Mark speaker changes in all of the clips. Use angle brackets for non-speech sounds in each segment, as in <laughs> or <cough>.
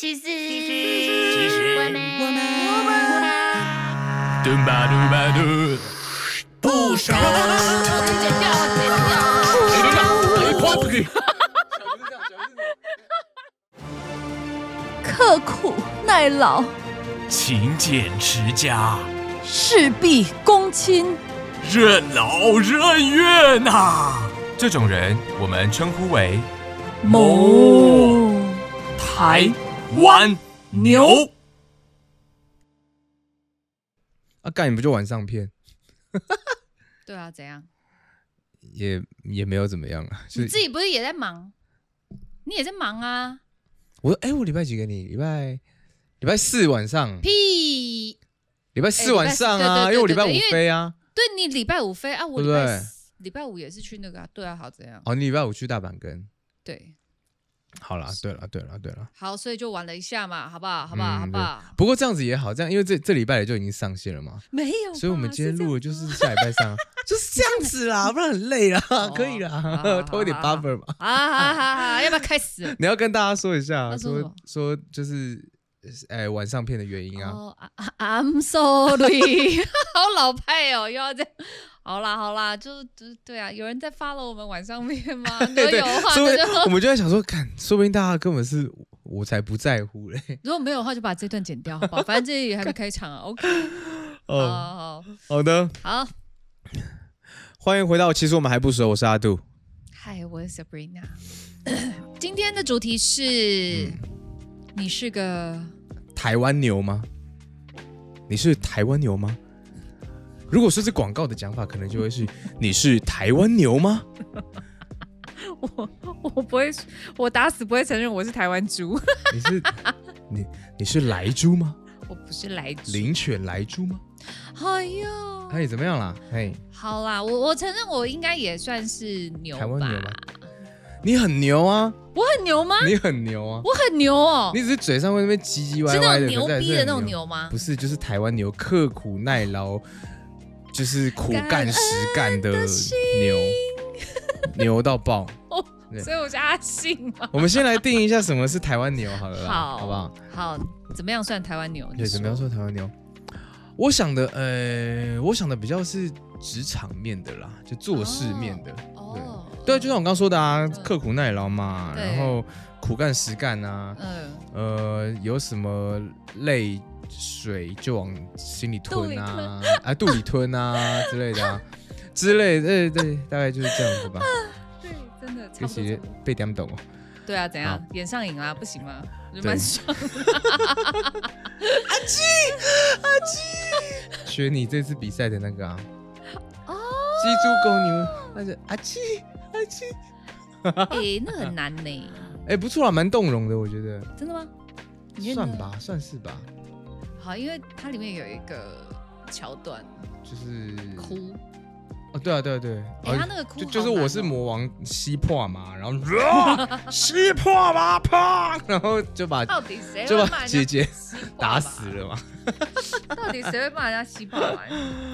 Speaker 1: 其实，
Speaker 2: 其实
Speaker 1: 我们，
Speaker 2: 我们
Speaker 1: 我们
Speaker 3: 嘟吧嘟吧嘟，
Speaker 2: 不熟。
Speaker 1: 剪掉，剪掉。
Speaker 4: 刻苦耐劳，
Speaker 3: 勤俭持家，
Speaker 4: 事必躬亲。
Speaker 3: 任劳任怨呐、这种人我们称呼为
Speaker 4: <laughs> 某
Speaker 3: 台湾牛。
Speaker 5: 啊，干你不就玩上片？
Speaker 1: 对啊，怎样？
Speaker 5: 也也没有怎么样啊，就
Speaker 1: 你自
Speaker 5: 是
Speaker 1: 己不是也在忙？你也在忙啊？
Speaker 5: 我说，哎、我礼拜几给你？礼拜礼拜四晚上，
Speaker 1: 屁！
Speaker 5: 礼拜四晚上啊，
Speaker 1: 哎礼拜四对对
Speaker 5: 因
Speaker 1: 对
Speaker 5: 为我礼拜
Speaker 1: 对
Speaker 5: 五
Speaker 1: 对因为
Speaker 5: 飞啊。
Speaker 1: 对你礼拜五飞啊，我
Speaker 5: 对
Speaker 1: 礼
Speaker 5: 不对
Speaker 1: 拜四礼拜五也是去那个啊。对啊，好怎样？
Speaker 5: 哦，你礼拜五去大阪跟。
Speaker 1: 对，
Speaker 5: 好啦，对啦，对啦，对啦。
Speaker 1: 好，所以就玩了一下嘛，好不好？好不好？
Speaker 5: 嗯
Speaker 1: 好不好？
Speaker 5: 不过这样子也好，这样因为这这礼拜也就已经上线了嘛，
Speaker 1: 没有吧，
Speaker 5: 所以我们今天录的就是是下礼拜上啊，就是这样子啦，不然很累啦
Speaker 1: 哦，
Speaker 5: 可以
Speaker 1: 好好好
Speaker 5: 啦，偷一点
Speaker 1: 好好
Speaker 5: buffer 嘛。
Speaker 1: 这样吗。好好好好
Speaker 5: 啊
Speaker 1: 好，要不要开始？
Speaker 5: 你要跟大家说一下，啊
Speaker 1: 要说什
Speaker 5: 说
Speaker 1: 么
Speaker 5: 说就是，哎，晚上片的原因啊，
Speaker 1: 哦、i m sorry，好 <laughs> 老派哦，又要这样。好啦好啦，就就对啊，有人在发了我们晚上面吗？如果
Speaker 5: <laughs> 对，
Speaker 1: 有的话，
Speaker 5: 所
Speaker 1: 那
Speaker 5: 以
Speaker 1: 就 <laughs>
Speaker 5: 我们就在想说，看，说不定大家根本是我才不在乎嘞。
Speaker 1: 如果没有的话，就把这段剪掉，好不好？反正这里还没开场啊。OK，好
Speaker 5: <laughs> 哦，
Speaker 1: 好
Speaker 5: 好的，
Speaker 1: 好，好
Speaker 5: 欢迎回到，其实我们还不熟，我是阿杜。
Speaker 1: 嗨，我是 Sabrina。今天的主题是，
Speaker 5: 嗯
Speaker 1: 你是个
Speaker 5: 台湾牛吗？你是台湾牛吗？如果说是广告的讲法，可能就会是你是台湾牛吗？
Speaker 1: 我， <laughs> 我不会，我打死不会承认我是台湾猪，
Speaker 5: 你是 <laughs> 你你是莱猪吗？
Speaker 1: <laughs> 我不是来猪。
Speaker 5: 灵犬莱猪吗？
Speaker 1: 哎呦，
Speaker 5: 哎，怎么样啦？哎，
Speaker 1: 好啦，我我承认我应该也算是牛吧，
Speaker 5: 台湾牛吗？你很牛啊，
Speaker 1: 我很牛吗？
Speaker 5: 你很牛啊，
Speaker 1: 我很牛哦，
Speaker 5: 你只是嘴上会那边唧唧歪
Speaker 1: 是那
Speaker 5: 歪
Speaker 1: 种
Speaker 5: 的，
Speaker 1: 牛
Speaker 5: 可是还
Speaker 1: 逼
Speaker 5: 是
Speaker 1: 的
Speaker 5: 很
Speaker 1: 那种，牛吗？
Speaker 5: 不是，就是台湾牛，刻苦耐劳，就是苦干实干的
Speaker 1: 感恩的心
Speaker 5: 牛，牛到爆。
Speaker 1: 哦，
Speaker 5: 对
Speaker 1: 所以我叫阿信嘛。
Speaker 5: 我们先来定一下什么是台湾牛好了
Speaker 1: <laughs>
Speaker 5: 啦，
Speaker 1: 好，
Speaker 5: 好不好？？
Speaker 1: 好，怎么样算台湾牛？
Speaker 5: 对，
Speaker 1: 你说
Speaker 5: 怎么样？说台湾牛？我想的，呃，我想的比较是职场面的啦，就做事面的。
Speaker 1: 哦，
Speaker 5: 对，就像我刚刚说的啊，
Speaker 1: 嗯
Speaker 5: 刻苦耐劳嘛，
Speaker 1: 对
Speaker 5: 然后苦干实干啊，
Speaker 1: 嗯，
Speaker 5: 呃，有什么泪水就往心里吞啊，啊，肚里吞啊 <laughs> 之类的啊，之类的，对对，大概就是这样子
Speaker 1: <laughs>
Speaker 5: 吧。
Speaker 1: 对，真的差
Speaker 5: 这
Speaker 1: 不多差
Speaker 5: 些
Speaker 1: 不多。
Speaker 5: 被点懂哦。
Speaker 1: 对啊，怎样
Speaker 5: 好？
Speaker 1: 演上瘾啦，不行吗？我觉得
Speaker 5: 对
Speaker 1: 蛮爽。
Speaker 5: 学你这次比赛的那个啊，
Speaker 1: 哦
Speaker 5: 鸡猪狗牛，那啊是阿七阿七， <laughs>
Speaker 1: 哎，那很难呢，
Speaker 5: 哎，不错啊，蛮动容的，我觉得，
Speaker 1: 真的吗？你认得
Speaker 5: 算。吧，算是吧，
Speaker 1: 好，因为它里面有一个桥段，
Speaker 5: 就是
Speaker 1: 哭。
Speaker 5: 哦，对啊，对啊，对啊，
Speaker 1: 哎，
Speaker 5: 哦
Speaker 1: 他那个哭
Speaker 5: 就就是
Speaker 1: 好难
Speaker 5: 我
Speaker 1: 哦
Speaker 5: 是魔王西破嘛，然后啊西破嘛，砰，然后就把
Speaker 1: <laughs> 到底谁
Speaker 5: 就
Speaker 1: 会
Speaker 5: 把
Speaker 1: 骂人家
Speaker 5: 姐姐
Speaker 1: 西瓜吧
Speaker 5: <laughs> 打死？了嘛。
Speaker 1: <laughs> 到底谁会骂人家西
Speaker 5: <laughs>
Speaker 1: 瓜丸？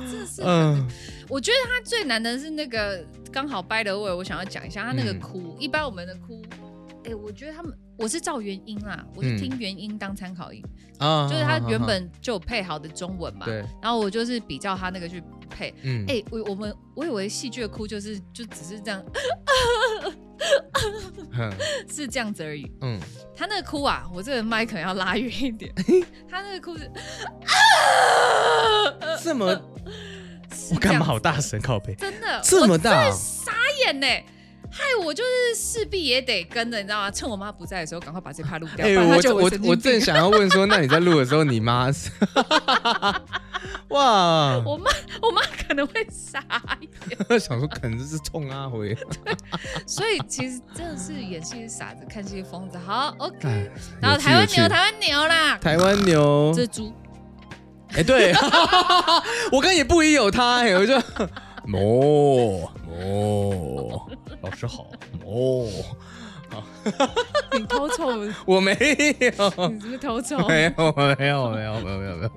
Speaker 1: 真的是很
Speaker 5: 嗯，
Speaker 1: 我觉得他最难的是那个刚好掰了位，我想要讲一下他那
Speaker 5: 嗯
Speaker 1: 个哭。一般我们的哭，哎、我觉得他们我是照原音啦，我是
Speaker 5: 嗯
Speaker 1: 听原音当参考音，
Speaker 5: 啊
Speaker 1: 嗯就是他原本就有配好的中文嘛，
Speaker 5: 对，
Speaker 1: 然后我就是比照他那个去配。
Speaker 5: 嗯，
Speaker 1: 哎、我我们我以为戏剧的哭就是就只是这样， <laughs>
Speaker 5: 哼
Speaker 1: 是这样子而已。 <laughs>
Speaker 5: 嗯，
Speaker 1: 他那个哭啊，我这个麦可能要拉远一点。
Speaker 5: 哎
Speaker 1: <laughs> 他那个哭是
Speaker 5: 这么
Speaker 1: 是
Speaker 5: 我
Speaker 1: 呃这
Speaker 5: 干
Speaker 1: 样
Speaker 5: 嘛
Speaker 1: 子
Speaker 5: 好大声靠背？
Speaker 1: 真的
Speaker 5: 这么大哦
Speaker 1: 我真的傻眼呢、害我就是势必也得跟着，你知道吗？趁我妈不在的时候，赶快把这趴录掉，不然她
Speaker 5: 哎我
Speaker 1: 觉得
Speaker 5: 我
Speaker 1: 神
Speaker 5: 我
Speaker 1: 经
Speaker 5: 正
Speaker 1: 病。
Speaker 5: 想要问说，那你在录的时候，你妈是， <laughs> 哇，
Speaker 1: <laughs> 我妈我妈可能会傻眼，
Speaker 5: 想说可能就是冲阿辉，
Speaker 1: 所以其实真的是演戏是傻子，看戏是疯子。好
Speaker 5: <laughs> 哎
Speaker 1: ，OK。然后
Speaker 5: 有趣有趣
Speaker 1: 台湾牛，台湾牛啦，
Speaker 5: 台湾牛
Speaker 1: 这，是猪，
Speaker 5: 哎，对， <laughs> 我刚刚也不疑有他，哎， <laughs> 我就。哞哞，老师好，哞，
Speaker 1: 你偷臭， <laughs> 你
Speaker 5: 我没有，
Speaker 1: 是不是偷臭？
Speaker 5: <laughs> 没有，没有，没有，没有，没
Speaker 1: <laughs>
Speaker 5: 有，没有。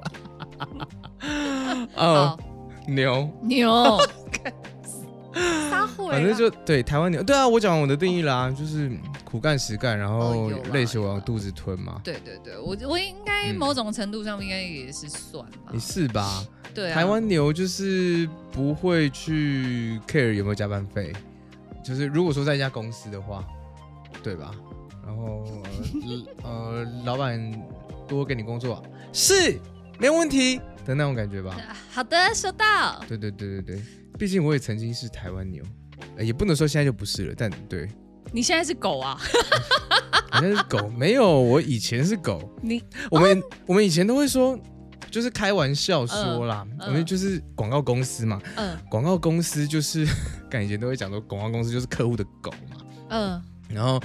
Speaker 1: 好
Speaker 5: 哦，，牛，
Speaker 1: 牛，撒谎。
Speaker 5: 反正就对台湾牛，对啊，我讲我的定义啦，就是苦干实干，然
Speaker 1: 哦
Speaker 5: 后
Speaker 1: 有啦
Speaker 5: 累死
Speaker 1: 有
Speaker 5: 往
Speaker 1: 啦
Speaker 5: 肚子吞嘛。
Speaker 1: 对对对，我我应该
Speaker 5: 嗯
Speaker 1: 某种程度上应该也是算吧
Speaker 5: 你。是吧？
Speaker 1: 对啊，
Speaker 5: 台湾牛就是不会去 care 有没有加班费，就是如果说在一家公司的话，对吧？然后呃
Speaker 1: <laughs>
Speaker 5: 呃，老板多给你工作是没问题的那种感觉吧？
Speaker 1: 啊好的，收到。
Speaker 5: 对对对对对，毕竟我也曾经是台湾牛，呃也不能说现在就不是了，但对，
Speaker 1: 你现在是狗啊？
Speaker 5: 好像是狗，没有，我以前是
Speaker 1: <laughs>
Speaker 5: 狗。
Speaker 1: 你
Speaker 5: 我们、我们以前都会说，就是开玩笑说啦，
Speaker 1: 嗯
Speaker 5: 我们就是广告公司嘛，
Speaker 1: 嗯
Speaker 5: 广告公司就是 <laughs> 干以前都会讲说，广告公司就是客户的狗嘛，
Speaker 1: 嗯，
Speaker 5: 然后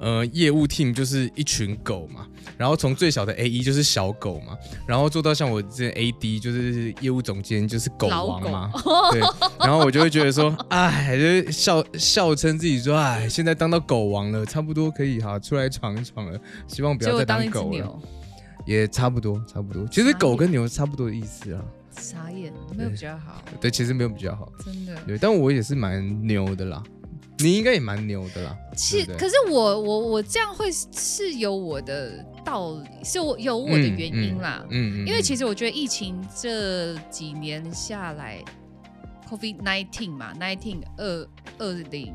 Speaker 5: 呃业务 team 就是一群狗嘛，然后从最小的 A 一就是小狗嘛，然后做到像我这 AD 就是业务总监就是狗王嘛，对，然后我就会觉得
Speaker 1: <laughs>
Speaker 5: 说，哎，就是笑笑称自己说，哎，现在当到狗王了，差不多可以哈出来闯一闯了，希望不
Speaker 1: 结
Speaker 5: 要
Speaker 1: 果
Speaker 5: 再
Speaker 1: 当一只
Speaker 5: 狗了。
Speaker 1: 牛，
Speaker 5: 也差不多，差不多。其实狗跟牛差不多的意思啊。
Speaker 1: 傻眼，没有比较好，
Speaker 5: 对，其实没有比较好。
Speaker 1: 真的。
Speaker 5: 对，但我也是蛮牛的啦，你应该也蛮牛的啦。
Speaker 1: 其
Speaker 5: 对不对
Speaker 1: 可是我我我这样会是是有我的道理，是我有我的原因啦。
Speaker 5: 嗯
Speaker 1: 因为其
Speaker 5: 实
Speaker 1: 实我觉得疫情这几年下来，COVID nineteen 嘛，nineteen 二二零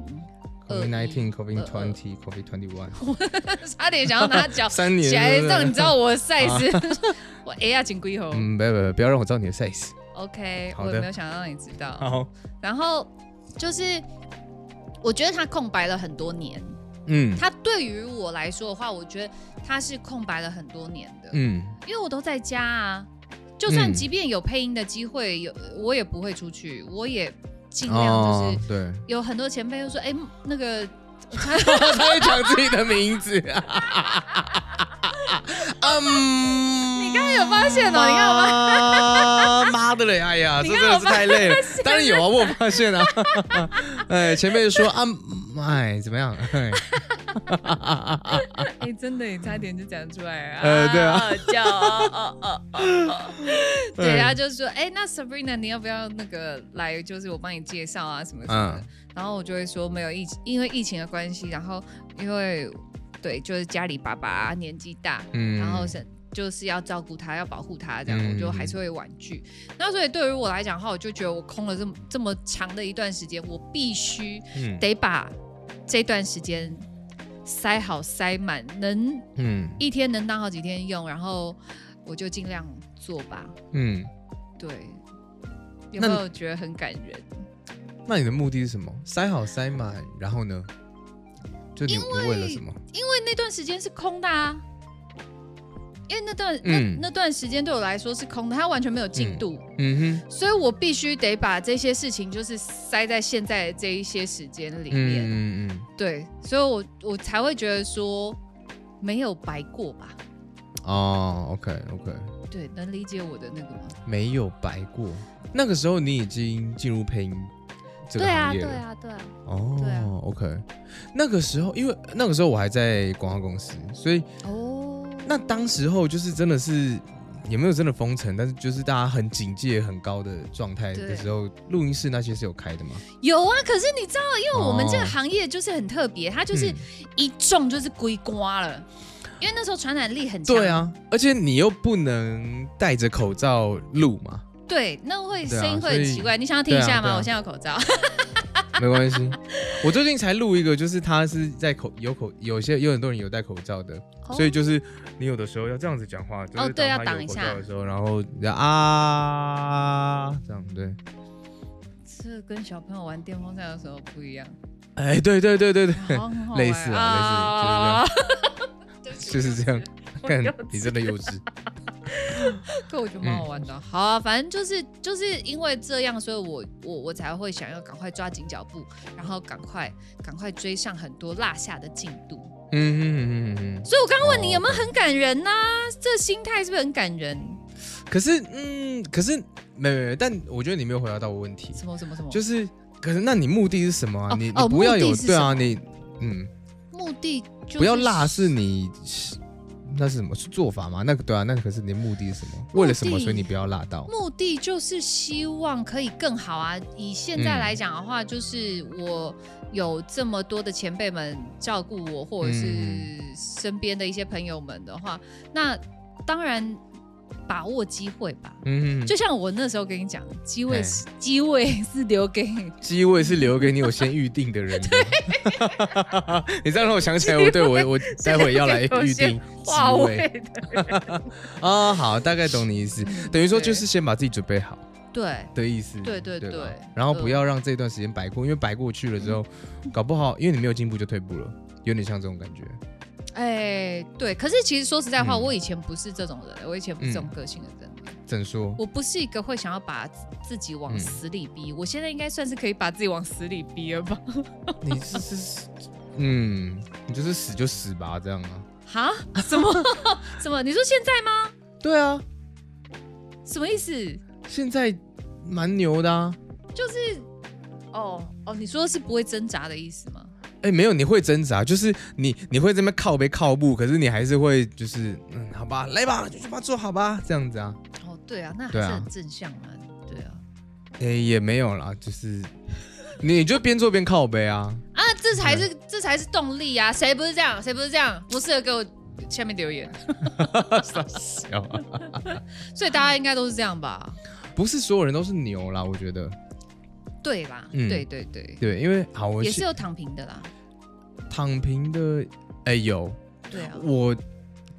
Speaker 1: Uh,
Speaker 5: COVID nineteen、COVID
Speaker 1: 二二
Speaker 5: twenty、COVID twenty one
Speaker 1: <laughs> 差点想要拿
Speaker 5: <laughs>
Speaker 1: 脚
Speaker 5: 三年
Speaker 1: 起来
Speaker 5: 是不是
Speaker 1: 让你知道我的 size，我 <laughs> 哎呀紧龟吼
Speaker 5: 嗯，不要不要不要让我知道你的 size。
Speaker 1: ，OK，
Speaker 5: 好
Speaker 1: 我
Speaker 5: 的
Speaker 1: 也没有想让你知道。
Speaker 5: 好，
Speaker 1: 然后就是我觉得他空白了很多年，
Speaker 5: 嗯
Speaker 1: 他对于我来说的话，我觉得他是空白了很多年的，
Speaker 5: 嗯，
Speaker 1: 因为我都在家啊。就算
Speaker 5: 嗯
Speaker 1: 即便有配音的机会，有我也不会出去，我也尽量就是
Speaker 5: 哦对， <laughs>
Speaker 1: 有很多前辈就说，哎、那个
Speaker 5: 他会讲自己的名字。 <laughs> 嗯，
Speaker 1: 你刚才有发现哦哦你看有
Speaker 5: 吗？ <laughs> 妈的嘞！哎呀，这
Speaker 1: 你
Speaker 5: 真
Speaker 1: 看
Speaker 5: 的
Speaker 1: 有
Speaker 5: 是
Speaker 1: 发
Speaker 5: 太累了。当然有啊，我有发现啊。 <laughs> 哎，前辈说啊，嗯哎，怎么样？哎，
Speaker 1: 哎、真的，你差点就讲出来了。
Speaker 5: 呃对啊，
Speaker 1: 叫哦哦哦哦哦，对，
Speaker 5: 嗯
Speaker 1: 他就说，哎、那 Sabrina，你要不要那个来，就是我帮你介绍啊什么什么的。
Speaker 5: 嗯
Speaker 1: 然后我就会说，没有疫，因为疫情的关系，然后因为对，就是家里爸爸年纪大，
Speaker 5: 嗯
Speaker 1: 然后是。就是要照顾他，要保护他，这样、
Speaker 5: 嗯
Speaker 1: 我就还是会婉拒。那所以对于我来讲的话，我就觉得我空了这么这么长的一段时间，我必须
Speaker 5: 嗯
Speaker 1: 得把这段时间塞好塞满，能
Speaker 5: 嗯
Speaker 1: 一天能当好几天用，然后我就尽量做吧。
Speaker 5: 嗯，
Speaker 1: 对，有
Speaker 5: 那
Speaker 1: 没有觉得很感人？
Speaker 5: 那你的目的是什么？塞好塞满，然后呢？就你你为了什么？
Speaker 1: 因为那段时间是空的啊，因为那段、
Speaker 5: 嗯
Speaker 1: 那那段时间对我来说是空的，它完全没有进度。
Speaker 5: 嗯
Speaker 1: 所以我必须得把这些事情，就是塞在现在的这一些时间里
Speaker 5: 哼，
Speaker 1: 面，
Speaker 5: 嗯嗯嗯，
Speaker 1: 对，所以我我才会觉得说没有白过吧，
Speaker 5: 哦，OK OK，
Speaker 1: 对，能理解我的那个吗？
Speaker 5: 没有白过。那个时候你已经进入配音这个
Speaker 1: 对啊，
Speaker 5: 行业
Speaker 1: 对
Speaker 5: 了。
Speaker 1: 啊，对啊，
Speaker 5: 哦、
Speaker 1: 对啊
Speaker 5: o k 那个时候，因为那个时候我还在广告公司，所以
Speaker 1: 哦，
Speaker 5: 那当时候就是真的是也没有真的封城，但是就是大家很警戒很高的状态
Speaker 1: 对
Speaker 5: 的时候，录音室那些是有开的嘛？
Speaker 1: 有啊，可是你知道，因为我们这个
Speaker 5: 哦
Speaker 1: 行业就是很特别，它就是
Speaker 5: 嗯
Speaker 1: 一中就是龟瓜了，因为那时候传染力很强，
Speaker 5: 对，啊，而且你又不能戴着口罩录嘛，
Speaker 1: 对，那会
Speaker 5: 对啊
Speaker 1: 声音会很奇怪，你想要听一下
Speaker 5: 对啊对
Speaker 1: 吗？
Speaker 5: 啊
Speaker 1: 我现在有口罩，
Speaker 5: 没关系。我最近才录一个，就是他是在口有口有些有很多人有戴口罩的，所以就是你有的时候要这样子讲话，就是
Speaker 1: 哦
Speaker 5: 当
Speaker 1: 对要
Speaker 5: 他
Speaker 1: 挡
Speaker 5: 有
Speaker 1: 一
Speaker 5: 口
Speaker 1: 下
Speaker 5: 罩的时候，然后你要啊这样对。
Speaker 1: 这跟小朋友玩电风扇的时候不一样，
Speaker 5: 哎，对对对对对，
Speaker 1: 好很好玩
Speaker 5: 类似啊，
Speaker 1: 对不
Speaker 5: <laughs>
Speaker 1: 起 <laughs>
Speaker 5: 就是这样，
Speaker 1: 我
Speaker 5: 就是这
Speaker 1: 幼
Speaker 5: 样。
Speaker 1: 稚
Speaker 5: 看，你真的幼稚。
Speaker 1: 可我觉得蛮好玩
Speaker 5: 嗯
Speaker 1: 的。好、啊，反正就是就是因为这样，所以我我我才会想要赶快抓紧脚步，然后赶快赶快追上很多落下的进度。
Speaker 5: 嗯嗯嗯嗯嗯。
Speaker 1: 所以我刚刚问你
Speaker 5: 哦
Speaker 1: 有没有很感人呐、这心态是不是很感人？
Speaker 5: 可是，嗯，可是没没没，但我觉得你没有回答到我问题，
Speaker 1: 什么什么什么？
Speaker 5: 就是，可是那你目的是什么啊？
Speaker 1: 哦
Speaker 5: 你
Speaker 1: 哦
Speaker 5: 你不要
Speaker 1: 目
Speaker 5: 有
Speaker 1: 的是
Speaker 5: 对啊，
Speaker 1: 什么
Speaker 5: 你嗯，
Speaker 1: 目的就是
Speaker 5: 不要辣是你那是什么？是做法吗？那个对啊，那个可是你的目的是什么？为了什么？
Speaker 1: 目的
Speaker 5: 所以你不要辣到。
Speaker 1: 目的就是希望可以更好啊。以现在来讲的话，就是我有这么多的前辈们照顾我，或者是
Speaker 5: 嗯
Speaker 1: 身边的一些朋友们的话，那当然把握机会吧。
Speaker 5: 嗯，
Speaker 1: 就像我那时候跟你讲，机会
Speaker 5: 哎
Speaker 1: 是机会是留给
Speaker 5: 机位是留给你有先预定的人的。你这样让我想起来，我对我我待会要
Speaker 1: <laughs>
Speaker 5: 来预定
Speaker 1: 话
Speaker 5: 机
Speaker 1: 位
Speaker 5: 位
Speaker 1: 的。
Speaker 5: 啊、好，大概懂你意思，等于说就是先把自己准备好
Speaker 1: 对，
Speaker 5: 的意思。
Speaker 1: 对对
Speaker 5: 吧
Speaker 1: 对嗯
Speaker 5: 然后不要让这段时间白过，因为白过去了之后，搞不好因为你没有进步就退步了，有点像这种感觉。
Speaker 1: 哎，对。可是其实说实在话，
Speaker 5: 嗯
Speaker 1: 我以前不是这种人，我以前不是这种
Speaker 5: 嗯
Speaker 1: 个性的人。
Speaker 5: 怎说？
Speaker 1: 我不是一个会想要把自己
Speaker 5: 嗯
Speaker 1: 往死里逼，我现在应该算是可以把自己往死里逼了吧？ <laughs>
Speaker 5: 你是是是，嗯，你就是死就死吧，这样啊。
Speaker 1: 哈？什么？ <laughs> 什么？你说现在吗？
Speaker 5: 对啊，
Speaker 1: 什么意思？
Speaker 5: 现在蛮牛的啊。
Speaker 1: 就是，哦哦，你说是不会挣扎的意思吗？
Speaker 5: 哎、没有，你会挣扎，就是你你会这边靠背靠步，可是你还是会就是嗯，好吧，来吧，就去把它做好吧，这样子啊。
Speaker 1: 哦，对啊，那还
Speaker 5: 对
Speaker 1: 是
Speaker 5: 啊
Speaker 1: 很正向啊，对啊，
Speaker 5: 哎、也没有啦，就是你就边做边靠背啊。 <laughs>
Speaker 1: 啊，这才是这才是动力啊！谁不是这样？谁不是这样？不适合给我下面留言。
Speaker 5: 笑啊
Speaker 1: 所以大家应该都是这样吧？
Speaker 5: 不是所有人都是牛啦，我觉得
Speaker 1: 对啦，
Speaker 5: 嗯
Speaker 1: 对对对，
Speaker 5: 对，因为好，我
Speaker 1: 也是
Speaker 5: 是
Speaker 1: 有躺平的啦，
Speaker 5: 躺平的，哎、有
Speaker 1: 对啊，
Speaker 5: 我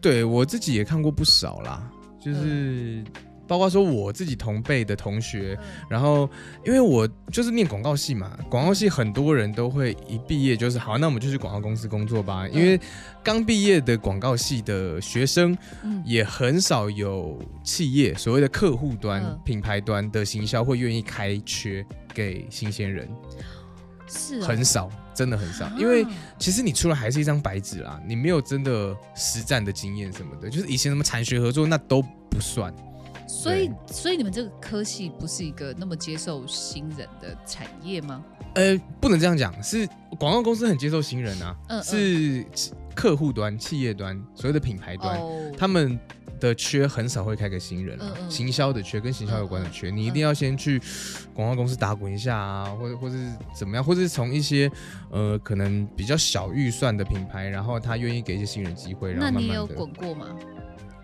Speaker 5: 对我自己也看过不少啦，就是、包括说我自己同辈的同学，
Speaker 1: 嗯
Speaker 5: 然后，因为我就是念广告系嘛，广告系很多人都会一毕业就是好，那我们就去广告公司工作吧。因为刚毕业的广告系的学生
Speaker 1: 嗯
Speaker 5: 也很少有企业所谓的客户端、
Speaker 1: 嗯
Speaker 5: 品牌端的行销会愿意开缺给新鲜人，
Speaker 1: 是哦
Speaker 5: 很少，真的很少
Speaker 1: 啊。
Speaker 5: 因为其实你出来还是一张白纸啦，你没有真的实战的经验什么的，就是以前什么产学合作那都不算。
Speaker 1: 所以，所以你们这个科系不是一个那么接受新人的产业吗？
Speaker 5: 呃，不能这样讲，是广告公司很接受新人啊，
Speaker 1: 嗯嗯
Speaker 5: 是客户端、企业端所谓的品牌端，
Speaker 1: 哦
Speaker 5: 他们的缺很少会开给新人、啊，
Speaker 1: 嗯嗯
Speaker 5: 行销的缺跟行销有关的缺，你一定要先去广告公司打滚一下啊，或者或是怎么样，或者是从一些呃可能比较小预算的品牌，然后他愿意给一些新人机会，然
Speaker 1: 那
Speaker 5: 后慢
Speaker 1: 你
Speaker 5: 慢
Speaker 1: 有
Speaker 5: 的
Speaker 1: 滚过吗？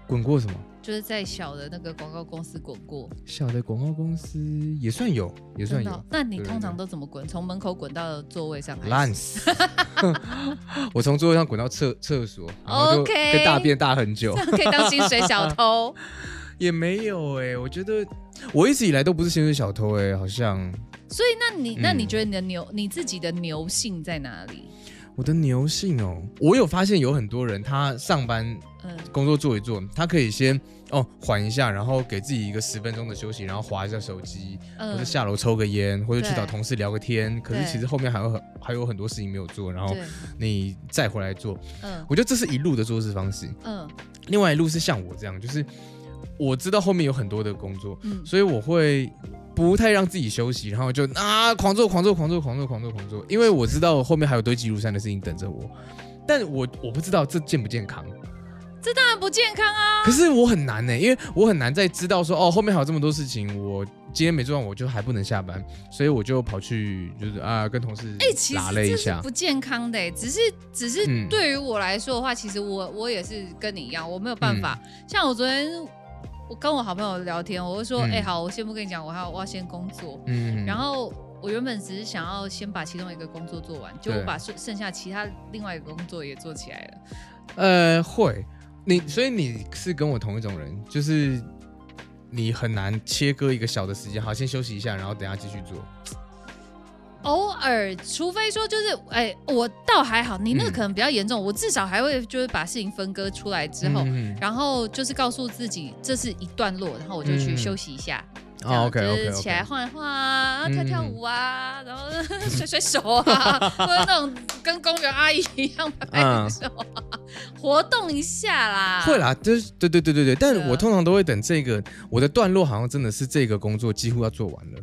Speaker 5: 滚过什么？
Speaker 1: 就是在小的那个广告公司滚过，
Speaker 5: 小的广告公司也算有，也算
Speaker 1: 真的哦
Speaker 5: 有。
Speaker 1: 那你
Speaker 5: 对对
Speaker 1: 通常
Speaker 5: 对
Speaker 1: 都怎么滚？从门口滚到座位上还是？
Speaker 5: 烂死！我从桌上滚到厕厕所，然后就
Speaker 1: OK
Speaker 5: 跟大便大很久
Speaker 1: 这，样可以当薪水小
Speaker 5: <laughs>
Speaker 1: 偷？
Speaker 5: 也没有哎、我觉得我一直以来都不是薪水小偷哎、好像
Speaker 1: 所以，那你那你
Speaker 5: 嗯
Speaker 1: 觉得你的牛，你自己的牛性在哪里？
Speaker 5: 我的牛性哦、我有发现有很多人他上班
Speaker 1: 嗯，
Speaker 5: 工作做一做，他可以先哦缓一下，然后给自己一个十分钟的休息，然后划一下手机，或者
Speaker 1: 嗯，
Speaker 5: 下楼抽个烟，或者去
Speaker 1: 对
Speaker 5: 找同事聊个天。可是
Speaker 1: 对
Speaker 5: 其实后面还有很还有很多事情没有做，然后
Speaker 1: 对，
Speaker 5: 你再回来做，
Speaker 1: 嗯
Speaker 5: 我觉得这是一路的做事方式。
Speaker 1: 嗯
Speaker 5: 另外一路是像我这样，就是我知道后面有很多的工作，
Speaker 1: 嗯，
Speaker 5: 所以我会不太让自己休息，然后就啊狂做狂做狂做狂做狂做狂做，因为我知道后面还有堆积如山的事情等着我，但我我不知道这健不健康，
Speaker 1: 啊这当然不健康啊！
Speaker 5: 可是我很难呢、欸因为我很难再知道说哦后面还有这么多事情，我今天没做完我就还不能下班，所以我就跑去就是啊跟同事
Speaker 1: 哎、其实
Speaker 5: 打了一
Speaker 1: 这是
Speaker 5: 下，
Speaker 1: 不健康的、欸，只是只是
Speaker 5: 嗯
Speaker 1: 对于我来说的话，其实我我也是跟你一样，我没有
Speaker 5: 嗯
Speaker 1: 办法。像我昨天我跟我好朋友聊天，我就说，哎、
Speaker 5: 嗯
Speaker 1: 好，我先不跟你讲，我还要我要先工作。
Speaker 5: 嗯
Speaker 1: 然后我原本只是想要先把其中一个工作做完，就我
Speaker 5: 对
Speaker 1: 把剩剩下其他另外一个工作也做起来了。
Speaker 5: 呃，会。你所以你是跟我同一种人，就是你很难切割一个小的时间，好，先休息一下，然后等一下继续做。
Speaker 1: 偶尔，除非说就是，哎、我倒还好，你那个
Speaker 5: 嗯
Speaker 1: 可能比较严重，我至少还会就是把事情分割出来之后，
Speaker 5: 嗯
Speaker 1: 然后就是告诉自己这是一段落，然后我就去
Speaker 5: 嗯
Speaker 1: 休息一下。这样
Speaker 5: 哦，OK
Speaker 1: 就
Speaker 5: OK
Speaker 1: 是起来
Speaker 5: OK，
Speaker 1: 晃一晃啊，然后跳跳
Speaker 5: 嗯
Speaker 1: 舞啊，然后 <laughs> 甩甩手啊，
Speaker 5: <laughs>
Speaker 1: 或者那种跟公园阿姨一样拍拍
Speaker 5: 嗯
Speaker 1: 手啊，活动一下啦。
Speaker 5: 会，啦，就是对对对对对，但
Speaker 1: 对啊
Speaker 5: 我通常都会等这个我的段落，好像真的是这个工作几乎要做完了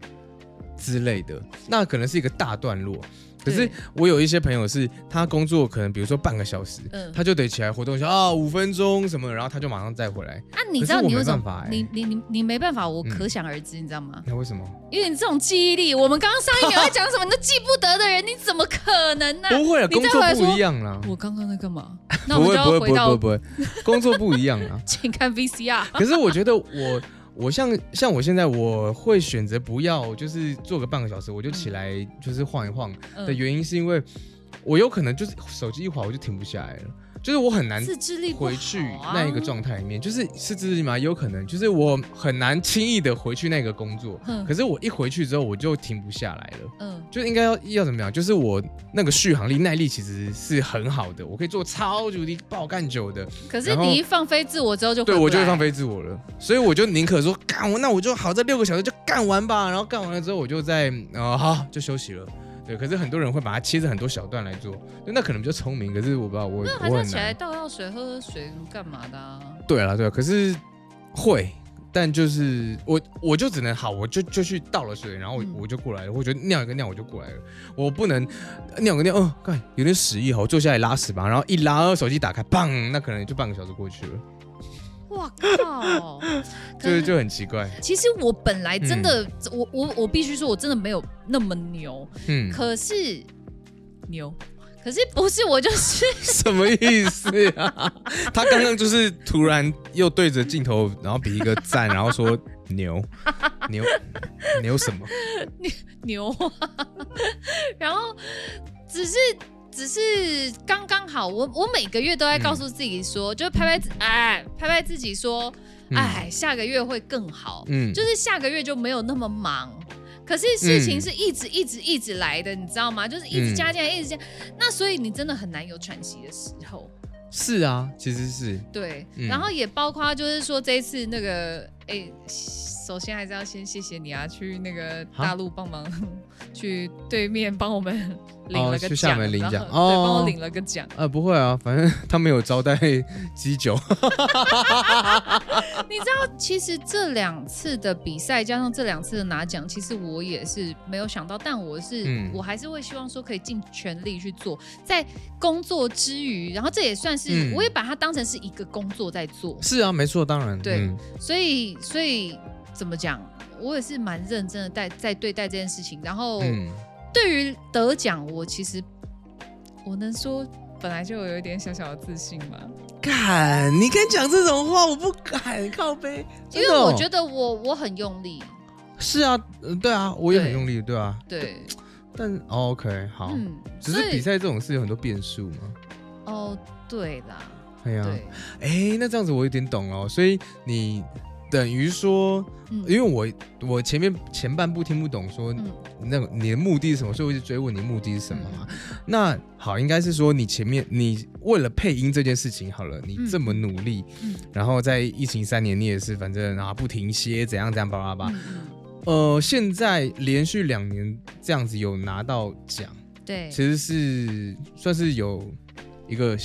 Speaker 5: 之类的，那可能是一个大段落。可是
Speaker 1: 对
Speaker 5: 我有一些朋友是，他工作可能比如说半个小时，
Speaker 1: 嗯
Speaker 5: 他就得起来活动一下啊，五分钟什么，然后他就马上再回来。
Speaker 1: 啊，你
Speaker 5: 可是
Speaker 1: 知道
Speaker 5: 我
Speaker 1: 你
Speaker 5: 没
Speaker 1: 为什
Speaker 5: 办
Speaker 1: 么
Speaker 5: 法？欸
Speaker 1: 你你你你没办法，我
Speaker 5: 嗯
Speaker 1: 可想而知，你知道吗？
Speaker 5: 那为什么？
Speaker 1: 因为你这种记忆力，我们刚刚上一秒在讲什么你都记不得的人，你怎么可能呢、
Speaker 5: 不会啊，
Speaker 1: 你
Speaker 5: 工
Speaker 1: 再
Speaker 5: 作
Speaker 1: 回来
Speaker 5: 不
Speaker 1: 说
Speaker 5: 一样啦。
Speaker 1: 我刚刚在
Speaker 5: <laughs>
Speaker 1: 干嘛？那我
Speaker 5: 不会
Speaker 1: 们就
Speaker 5: 不会
Speaker 1: 要回
Speaker 5: 不会
Speaker 1: 到
Speaker 5: 不会，不会工作不一样
Speaker 1: <laughs>
Speaker 5: 啦。
Speaker 1: 请看 VCR。
Speaker 5: 可是我觉得我我像像我现在我会选择不要，就是做个半个小时我就起来就是晃一晃的
Speaker 1: 嗯，
Speaker 5: 原因，是因为我有可能就是手机一滑我就停不下来了，就是我很难
Speaker 1: 自制力不好啊
Speaker 5: 回去那一个状态里面，就是是自己嘛，也有可能就是我很难轻易的回去那个工作
Speaker 1: 嗯，
Speaker 5: 可是我一回去之后我就停不下来了。
Speaker 1: 嗯，
Speaker 5: 就应该要要怎么讲？就是我那个续航力、耐力其实是很好的，我可以做超级无敌爆干久的，
Speaker 1: 可是
Speaker 5: 然后
Speaker 1: 你一放飞自我之后就回
Speaker 5: 对
Speaker 1: 不
Speaker 5: 我就会
Speaker 1: 来
Speaker 5: 放飞自我了，所以我就宁可说干我，那我就好这六个小时就干完吧，然后干完了之后我就再呃好就休息了。对，可是很多人会把它切成很多小段来做，对那可能比较聪明，可是我不知道我
Speaker 1: 没有，
Speaker 5: 我
Speaker 1: 还是要
Speaker 5: 很
Speaker 1: 起来
Speaker 5: 难。
Speaker 1: 倒倒水、喝喝水干嘛
Speaker 5: <laughs>
Speaker 1: 的、啊？
Speaker 5: 对啦，对啦，可是会，但就是我我就只能好，我就就去倒了水，然后我、
Speaker 1: 嗯
Speaker 5: 我就过来了，我觉得尿一个尿我就过来了，我不能尿个尿，哦，干有点屎意哈，我坐下来拉屎吧，然后一拉，呃手机打开，砰，那可能就半个小时过去了，
Speaker 1: 哇靠！
Speaker 5: 就就嗯很奇怪，
Speaker 1: 其实我本来真的，我我我必须说，我真的没有那么牛，
Speaker 5: 嗯。
Speaker 1: 可是牛，可是不是我就是
Speaker 5: <laughs> 什么意思啊？他刚刚就是突然又对着镜头，然后比一个赞，然后说 <laughs> 牛牛牛什么？
Speaker 1: 牛啊， <laughs> 然后只是只是刚刚好，我我每个月都在告诉自己说，就是拍拍自哎拍拍自己说，
Speaker 5: 嗯
Speaker 1: 哎、下个月会更好，
Speaker 5: 嗯，
Speaker 1: 就是下个月就没有那么忙。可是事情
Speaker 5: 嗯
Speaker 1: 是一直一直一直来的，你知道吗？就是一直加进来，一直加，
Speaker 5: 嗯
Speaker 1: 那所以你真的很难有喘息的时候。
Speaker 5: 是啊，其实是
Speaker 1: 对，
Speaker 5: 嗯
Speaker 1: 然后也包括就是说这一次那个，哎、首先还是要先谢谢你啊，去那个大陆帮忙，去对面帮我们领了个奖，
Speaker 5: 哦去厦门领奖
Speaker 1: 然后对，
Speaker 5: 哦
Speaker 1: 帮我领了个奖。
Speaker 5: 啊，不会啊，反正他们有招待鸡酒，
Speaker 1: 你知道，其实这两次的比赛加上这两次的拿奖，其实我也是没有想到，但我是、
Speaker 5: 嗯
Speaker 1: 我还是会希望说可以尽全力去做，在工作之余，然后这也算是、
Speaker 5: 嗯
Speaker 1: 我也把它当成是一个工作在做，
Speaker 5: 是啊，没错，当然
Speaker 1: 对
Speaker 5: 嗯
Speaker 1: 所以，所以怎么讲，我也是蛮认真的在在对待这件事情。然后，
Speaker 5: 嗯
Speaker 1: 对于得奖，我其实我能说本来就有一点小小的自信嘛，
Speaker 5: 敢，你敢讲这种话，我不敢靠背，
Speaker 1: 因为我觉
Speaker 5: 得
Speaker 1: 得我我很用力，
Speaker 5: 哦是啊，呃对啊，我也很
Speaker 1: 对
Speaker 5: 用力，对啊，
Speaker 1: 对，
Speaker 5: 但哦 OK 好，
Speaker 1: 嗯，
Speaker 5: 只
Speaker 1: 所
Speaker 5: 是
Speaker 1: 以
Speaker 5: 比赛这种事有很多变数嘛，
Speaker 1: 哦，对啦，
Speaker 5: 哎呀，
Speaker 1: 对，
Speaker 5: 哎、那这样子我有点懂了哦，所以你等于说，
Speaker 1: 嗯
Speaker 5: 因为我我前面前半部听不懂说，
Speaker 1: 嗯
Speaker 5: 那个你的目的是什么，所以我一直追问你目的是什么嘛。
Speaker 1: 嗯
Speaker 5: 那好，应该是说你前面你为了配音这件事情好了，你
Speaker 1: 嗯
Speaker 5: 这么努力，
Speaker 1: 嗯
Speaker 5: 然后在疫情三年你也是反正啊不停歇，怎样怎样叭叭叭。
Speaker 1: 嗯嗯
Speaker 5: 呃，现在连续两年这样子有拿到奖，
Speaker 1: 对，
Speaker 5: 其实是算是有一个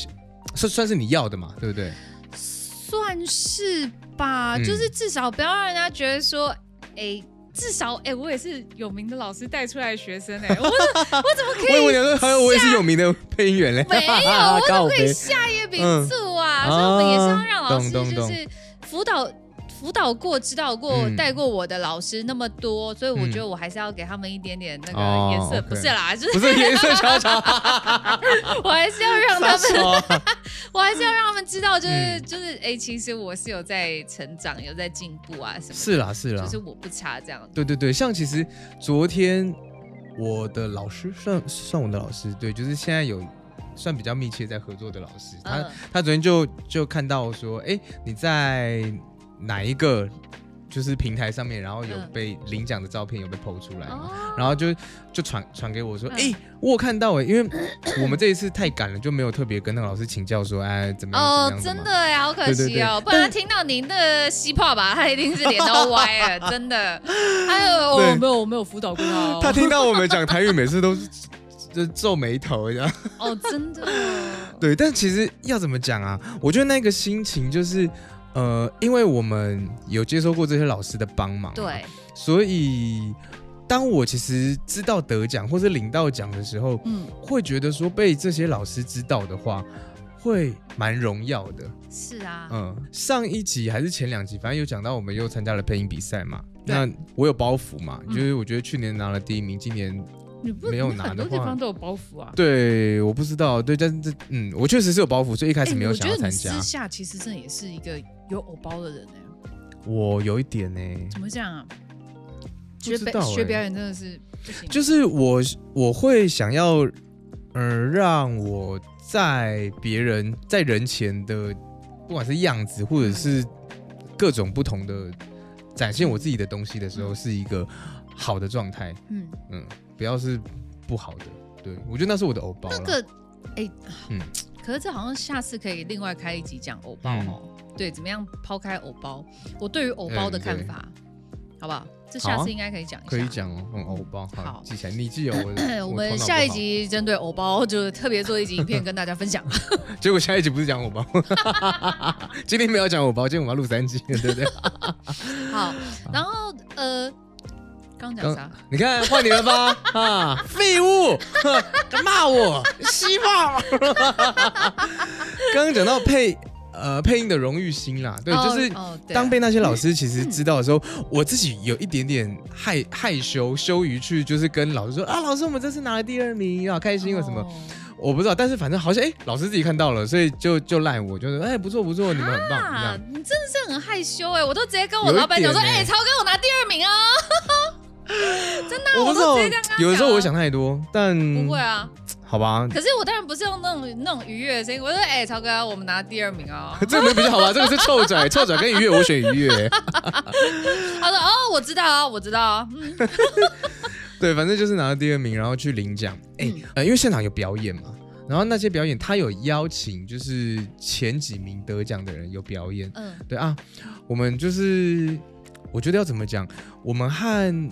Speaker 5: 算算是你要的嘛，对不对？
Speaker 1: 算是吧，
Speaker 5: 嗯
Speaker 1: 就是至少不要让人家觉得说，哎、至少哎、我也是有名的老师带出来的学生哎、我怎我怎么可
Speaker 5: 我以
Speaker 1: 以
Speaker 5: 为你说，还有我也是有名的配音员嘞，
Speaker 1: 没有，我怎么可以
Speaker 5: <laughs> 告别
Speaker 1: 下夜秉烛啊？
Speaker 5: 嗯
Speaker 1: 所以我们也是要
Speaker 5: 啊
Speaker 1: 让老师
Speaker 5: 懂懂
Speaker 1: 就是辅导。辅导过、指导过、
Speaker 5: 嗯
Speaker 1: 带过我的老师那么多，所以我
Speaker 5: 嗯
Speaker 1: 觉得我还是要给他们一点点那
Speaker 5: 哦
Speaker 1: 个颜色，
Speaker 5: OK
Speaker 1: 不是啦，就是
Speaker 5: 不是颜色小巧，
Speaker 1: 我还是要让他们，
Speaker 5: 们
Speaker 1: 我还是要让他们知道，就是
Speaker 5: 嗯
Speaker 1: 就是，哎，其实我是有在成长、有在进步啊什么
Speaker 5: <laughs>
Speaker 1: 的，
Speaker 5: 是啦是啦
Speaker 1: 就，是我不差这样。
Speaker 5: 对对对，像其实昨天我的老师算算我的老师，对，就是现在有算比较密切在合作的老师，他
Speaker 1: 嗯
Speaker 5: 他昨天就就看到说，哎，你在哪一个就是平台上面，然后有
Speaker 1: 嗯
Speaker 5: 被领奖的照片有被剖出来吗？
Speaker 1: 哦，
Speaker 5: 然后就就传传给我说，
Speaker 1: 嗯
Speaker 5: 哎、我有看到哎、因为我们这一次太赶了，就没有特别跟那个老师请教说，哎，怎么样？
Speaker 1: 哦
Speaker 5: 怎么，样
Speaker 1: 真的
Speaker 5: 怎么样
Speaker 1: 哎，好可
Speaker 5: 对对
Speaker 1: 惜哦，
Speaker 5: 对
Speaker 1: 不然他听到你的吸泡吧，他一定是脸都歪了，真的。还有，
Speaker 5: 对
Speaker 1: 我没有，我没有辅导过他哦。
Speaker 5: 他听到我们讲台语，每次都是就皱眉头这样。
Speaker 1: 哦，真的，哦
Speaker 5: <laughs> 对，但其实要怎么讲啊？我觉得那个心情就是，呃，因为我们有接收过这些老师的帮忙，
Speaker 1: 对，
Speaker 5: 所以当我其实知道得奖或者领到奖的时候，
Speaker 1: 嗯，
Speaker 5: 会觉得说被这些老师知道的话，会蛮荣耀的。
Speaker 1: 是啊，
Speaker 5: 嗯，上一集还是前两集，反正有讲到我们又参加了配音比赛嘛。
Speaker 1: 对
Speaker 5: 那我有包袱嘛，
Speaker 1: 嗯
Speaker 5: 就是我觉得去年拿了第一名，今年
Speaker 1: 你不
Speaker 5: 没有
Speaker 1: 你
Speaker 5: 拿
Speaker 1: 很
Speaker 5: 的
Speaker 1: 多地
Speaker 5: 话
Speaker 1: 方都有包袱啊。
Speaker 5: 对，我不知道，对，但是这嗯，我确实是有包袱，所以一开
Speaker 1: 哎，
Speaker 5: 始没有
Speaker 1: 我
Speaker 5: 想
Speaker 1: 觉
Speaker 5: 要
Speaker 1: 得
Speaker 5: 参
Speaker 1: 你
Speaker 5: 加。
Speaker 1: 私下其实真的也是一个有偶包的人哎、
Speaker 5: 我有一点呢、
Speaker 1: 怎么讲啊？
Speaker 5: 不
Speaker 1: 学
Speaker 5: 知
Speaker 1: 表
Speaker 5: 道
Speaker 1: 学
Speaker 5: 哎
Speaker 1: 表演真的是不行，
Speaker 5: 就是我我会想要，呃，让我在别人在人前的，不管是样子或者是
Speaker 1: 嗯
Speaker 5: 各种不同的展现我自己的东西的时候，是一个好的状态，
Speaker 1: 嗯，
Speaker 5: 嗯，不要是不好的。对，我觉得那是我的欧包啦。
Speaker 1: 那个哎、
Speaker 5: 嗯
Speaker 1: 可是这好像下次可以另外开一集讲偶包
Speaker 5: 嗯
Speaker 1: 哦。对，怎么样抛开偶包？我对于偶包的
Speaker 5: 嗯
Speaker 1: 看
Speaker 5: 对
Speaker 1: 法，好不好？这
Speaker 5: 好
Speaker 1: 下
Speaker 5: 啊
Speaker 1: 次应该可以讲一下。
Speaker 5: 可以讲哦，嗯，欧包，
Speaker 1: 好
Speaker 5: 记起来，你
Speaker 1: <coughs>
Speaker 5: 记哦，我
Speaker 1: <clears throat> 我
Speaker 5: 头脑
Speaker 1: 们
Speaker 5: 不
Speaker 1: 下一
Speaker 5: 好，
Speaker 1: 集针对偶包，就是特别做一集影片跟大家
Speaker 5: <laughs>
Speaker 1: 分享。
Speaker 5: 结果下一集不是讲欧包， <laughs> 今天没有讲欧包，今天我们要录三集，对不对？ <laughs>
Speaker 1: 好，然后呃，刚讲啥？
Speaker 5: 你看，换你了吧？ <laughs> 啊，废物，哼敢骂我，希望。 <laughs> 刚刚讲到配呃配音的荣誉心啦，对，
Speaker 1: 哦
Speaker 5: 就是。
Speaker 1: 哦对啊嗯
Speaker 5: 当被那些老师其实知道的时候，我自己有一点点害害羞，羞于去就是跟老师说啊，老师我们这次拿了第二名，好开心啊什么，
Speaker 1: 哦
Speaker 5: 我不知道，但是反正好像哎、老师自己看到了，所以就就赖我，就是哎、不错不错，你们很棒，这
Speaker 1: 啊
Speaker 5: 样，
Speaker 1: 你真的是很害羞哎、我都直接跟我
Speaker 5: 有一
Speaker 1: 老板讲说，
Speaker 5: 点
Speaker 1: 哎、
Speaker 5: 欸
Speaker 1: 曹哥，我拿第二名啊！真的啊、
Speaker 5: 我不
Speaker 1: 我
Speaker 5: 知
Speaker 1: 都
Speaker 5: 道
Speaker 1: 直接这样跟他，
Speaker 5: 有的时候
Speaker 1: 讲啊
Speaker 5: 我想太多，但
Speaker 1: 不会啊，
Speaker 5: 好吧，
Speaker 1: 可是我当然不是用那种那种愉悦的声音，我说哎、曹哥，我们拿第二名
Speaker 5: <laughs>
Speaker 1: 哦。
Speaker 5: 这个没比较好吧？这个是臭仔，臭仔跟愉悦，我选愉
Speaker 1: <laughs>
Speaker 5: 悦。
Speaker 1: 他说哦，我知道啊，我知道啊，嗯
Speaker 5: 对，反正就是拿到第二名，然后去领奖。哎、
Speaker 1: 嗯
Speaker 5: 呃，因为现场有表演嘛，然后那些表演他有邀请，就是前几名得奖的人有表演。
Speaker 1: 嗯，
Speaker 5: 对啊，我们就是我觉得要怎么讲，我们和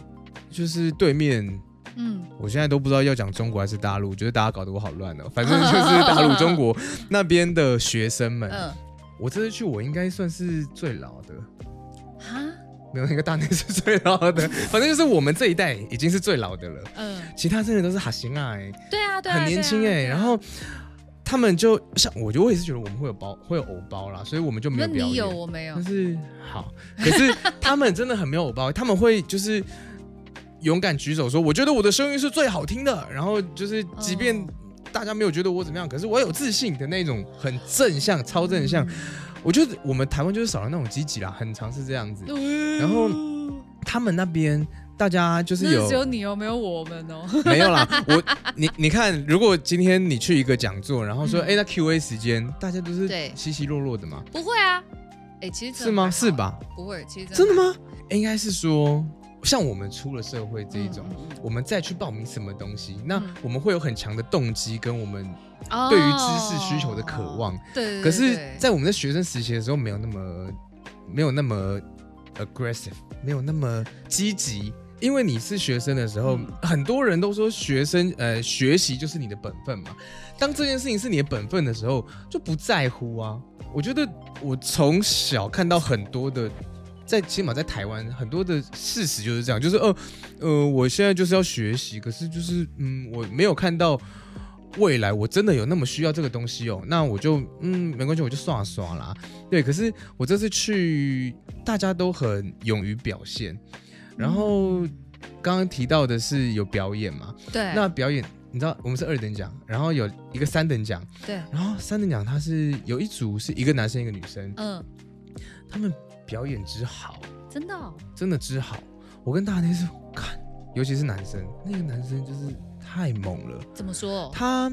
Speaker 5: 就是对面。
Speaker 1: 嗯，
Speaker 5: 我现在都不知道要讲中国还是大陆，我觉得大家搞得我好乱哦。反正就是大陆、中
Speaker 1: <laughs>
Speaker 5: 国那边的学生们，
Speaker 1: 嗯
Speaker 5: 我这次去我应该算是最老的，
Speaker 1: 哈，
Speaker 5: 没有那个大内是最老的，反正就是我们这一代已经是最老的了，
Speaker 1: 嗯，
Speaker 5: 其他真的都是哈行啊、欸，
Speaker 1: 对啊，对啊，
Speaker 5: 很年轻哎、
Speaker 1: 对啊
Speaker 5: 然后他们就像我，就我也是觉得我们会有包会有偶包啦，所以我们就没
Speaker 1: 那
Speaker 5: 有表
Speaker 1: 你有
Speaker 5: 演。
Speaker 1: 我没有
Speaker 5: 但，是好，可是他们真的很没有偶包，他们会就是勇敢举手说，我觉得我的声音是最好听的，然后就是即便
Speaker 1: 哦
Speaker 5: 大家没有觉得我怎么样，可是我有自信的那种，很正向，超正向。
Speaker 1: 嗯
Speaker 5: 我觉得我们台湾就是少了那种积极啦，很常是这样子。
Speaker 1: 嗯，
Speaker 5: <laughs> 然后他们那边大家就是
Speaker 1: 那
Speaker 5: 有
Speaker 1: <laughs> 只有你哦，没有我们哦，
Speaker 5: <laughs> 没有啦？我你你看，如果今天你去一个讲座，然后说
Speaker 1: 嗯
Speaker 5: 哎、那 Q&A 时间，大家都是
Speaker 1: 对
Speaker 5: 稀稀落落的嘛，
Speaker 1: <laughs> 不会啊，哎，其实真的
Speaker 5: 是吗？
Speaker 1: 还好
Speaker 5: 是？吧？
Speaker 1: 不会，其实
Speaker 5: 真的
Speaker 1: 还好？
Speaker 5: 吗？应该是说，像我们出了社会这一种。
Speaker 1: 嗯嗯
Speaker 5: 我们再去报名什么东西，那
Speaker 1: 嗯
Speaker 5: 我们会有很强的动机跟我们
Speaker 1: 哦
Speaker 5: 对于知识需求的渴望。
Speaker 1: 对，对
Speaker 5: 可是
Speaker 1: 对，
Speaker 5: 在我们在学生时期的时候，没有那么没有那么 aggressive，没有那么积极。因为你是学生的时候，
Speaker 1: 嗯
Speaker 5: 很多人都说学生呃学习就是你的本分嘛。当这件事情是你的本分的时候，就不在乎啊。我觉得我从小看到很多的，在起码在台湾很多的事实就是这样，就是呃呃，我现在就是要学习，可是就是嗯，我没有看到未来我真的有那么需要这个东西哦，那我就嗯没关系，我就刷刷啦。对，可是我这次去，大家都很勇于表现，然后刚刚提到的是有表演嘛，
Speaker 1: 对
Speaker 5: 那表演你知道我们是二等奖，然后有一个三等奖，
Speaker 1: 对，
Speaker 5: 然后三等奖它是有一组是一个男生一个女生，
Speaker 1: 嗯，
Speaker 5: 他们表演之好，
Speaker 1: 真的哦，
Speaker 5: 真的之好，我跟大内是看，尤其是男生，那个男生就是太猛了。
Speaker 1: 怎么说？
Speaker 5: 他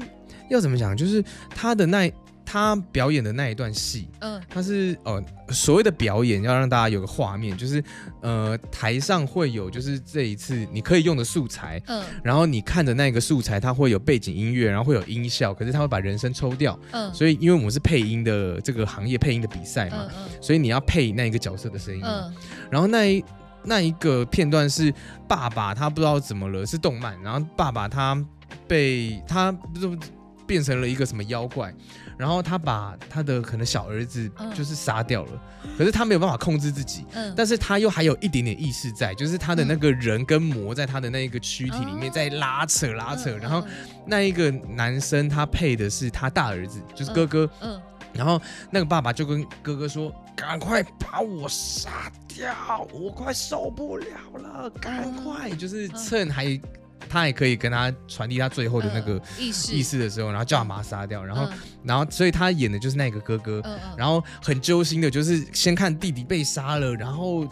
Speaker 5: 要怎么讲？就是他的那他表演的那一段戏，
Speaker 1: 嗯
Speaker 5: 他是呃所谓的表演，要让大家有个画面，就是呃台上会有就是这一次你可以用的素材，
Speaker 1: 嗯
Speaker 5: 然后你看着那个素材，它会有背景音乐，然后会有音效，可是他会把人声抽掉，
Speaker 1: 嗯，
Speaker 5: 所以因为我们是配音的这个行业配音的比赛嘛
Speaker 1: 嗯，嗯
Speaker 5: 所以你要配那一个角色的声音嘛，
Speaker 1: 嗯
Speaker 5: 然后那一那一个片段是爸爸他不知道怎么了，是动漫，然后爸爸他被他不是变成了一个什么妖怪，然后他把他的可能小儿子
Speaker 1: 嗯
Speaker 5: 就是杀掉了，可是他没有办法控制自己，
Speaker 1: 嗯，
Speaker 5: 但是他又还有一点点意识在，就是他的那个人跟魔在他的那一个躯体里面
Speaker 1: 哦
Speaker 5: 在拉扯拉扯，
Speaker 1: 嗯
Speaker 5: 然后那一个男生他配的是他大儿子，就是哥哥，
Speaker 1: 嗯
Speaker 5: 然后那个爸爸就跟哥哥说：“赶快把我杀掉，我快受不了了，赶快！”
Speaker 1: 嗯
Speaker 5: 就是趁还他还可以跟他传递他最后的那个
Speaker 1: 嗯意识
Speaker 5: 意，识的时候，然后叫他把他杀掉，然后
Speaker 1: 嗯
Speaker 5: 然后所以他演的就是那个哥哥，
Speaker 1: 嗯嗯，。
Speaker 5: 然后很揪心的，就是先看弟弟被杀了，然后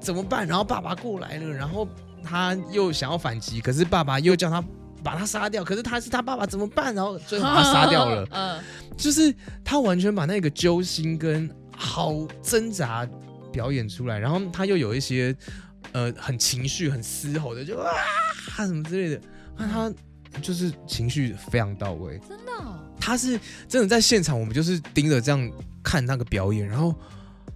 Speaker 5: 怎么办？然后爸爸过来了，然后他又想要反击，可是爸爸又叫他把他杀掉，可是他是他爸爸怎么办？然后最后把他杀掉了
Speaker 1: <laughs>
Speaker 5: <laughs>
Speaker 1: 嗯
Speaker 5: 就是他完全把那个揪心跟好挣扎表演出来，然后他又有一些呃很情绪、很嘶吼的，就啊什么之类的，那他就是情绪非常到位。
Speaker 1: 真的哦，
Speaker 5: 他是真的在现场，我们就是盯着这样看那个表演，然后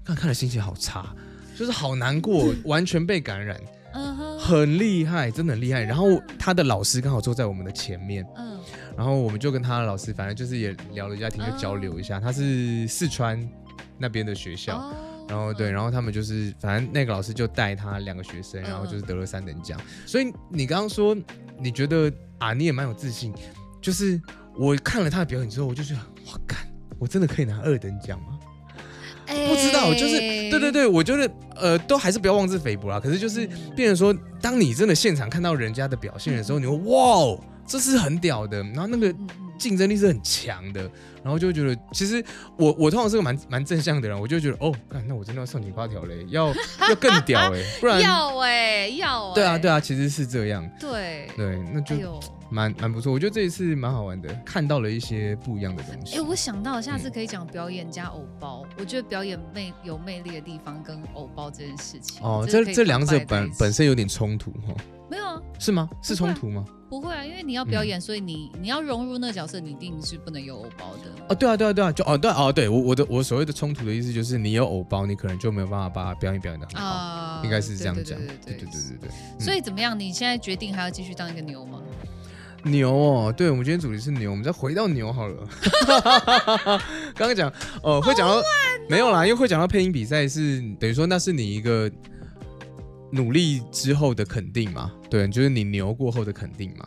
Speaker 5: 看看的心情好差，就是好难过，完全被感染，
Speaker 1: 嗯哼，
Speaker 5: 很厉害，真的很厉害。然后他的老师刚好坐在我们的前面，
Speaker 1: 嗯
Speaker 5: 然后我们就跟他的老师，反正就是也聊了一下天，就交流一下。他是四川那边的学校，
Speaker 1: 哦
Speaker 5: 然后对，然后他们就是反正那个老师就带他两个学生，
Speaker 1: 嗯
Speaker 5: 然后就是得了三等奖。所以你刚刚说你觉得啊，你也蛮有自信，就是我看了他的表演之后，我就觉得我干，我真的可以拿二等奖吗？
Speaker 1: 嗯
Speaker 5: 不知道，就是
Speaker 1: 哎
Speaker 5: 对对对，我觉得呃，都还是不要妄自菲薄啦。可是就是变成说，当你真的现场看到人家的表现的时候，你会哇哦，这是很屌的，然后那个
Speaker 1: 嗯嗯
Speaker 5: 竞争力是很强的，然后就会觉得，其实我我通常是个蛮蛮正向的人，我就会觉得哦，干那我真的要上紧发条嘞，要要更屌哎，不然
Speaker 1: 要哎要哎，
Speaker 5: 对啊对
Speaker 1: 啊
Speaker 5: 啊，其实是这样，
Speaker 1: 对，
Speaker 5: 对，那就
Speaker 1: 哎呦。
Speaker 5: 蛮蛮不错，我觉得这一次蛮好玩的，看到了一些不一样的东
Speaker 1: 哎、
Speaker 5: 西。
Speaker 1: 我想到下次可以讲表演加偶包，我觉得表演魅有魅力的地方跟偶包这件事情。
Speaker 5: 哦，
Speaker 1: 真
Speaker 5: 这
Speaker 1: 的可以
Speaker 5: 这两者
Speaker 1: 放在一
Speaker 5: 本
Speaker 1: 起
Speaker 5: 本身有点冲突哈，哦
Speaker 1: 没有啊，
Speaker 5: 是吗？是
Speaker 1: 不
Speaker 5: 冲
Speaker 1: 会啊
Speaker 5: 突吗？
Speaker 1: 不会啊，因为你要表演，所以你你要融入那个角色，你一定是不能有偶包的。
Speaker 5: 哦，对啊，对啊，对啊，就哦，对啊哦，对我我的我所谓的冲突的意思就是，你有偶包，你可能就没有办法把表演表演的很好，
Speaker 1: 啊
Speaker 5: 应该是这样讲。
Speaker 1: 对对
Speaker 5: 对对对对嗯
Speaker 1: 所以怎么样？你现在决定还要继续当一个牛吗？
Speaker 5: 牛哦，对我们今天主题是牛，我们再回到牛好了。 <laughs> 刚刚讲哦，会讲到、没有啦，因为会讲到配音比赛是等于说那是你一个努力之后的肯定嘛，对，就是你牛过后的肯定嘛。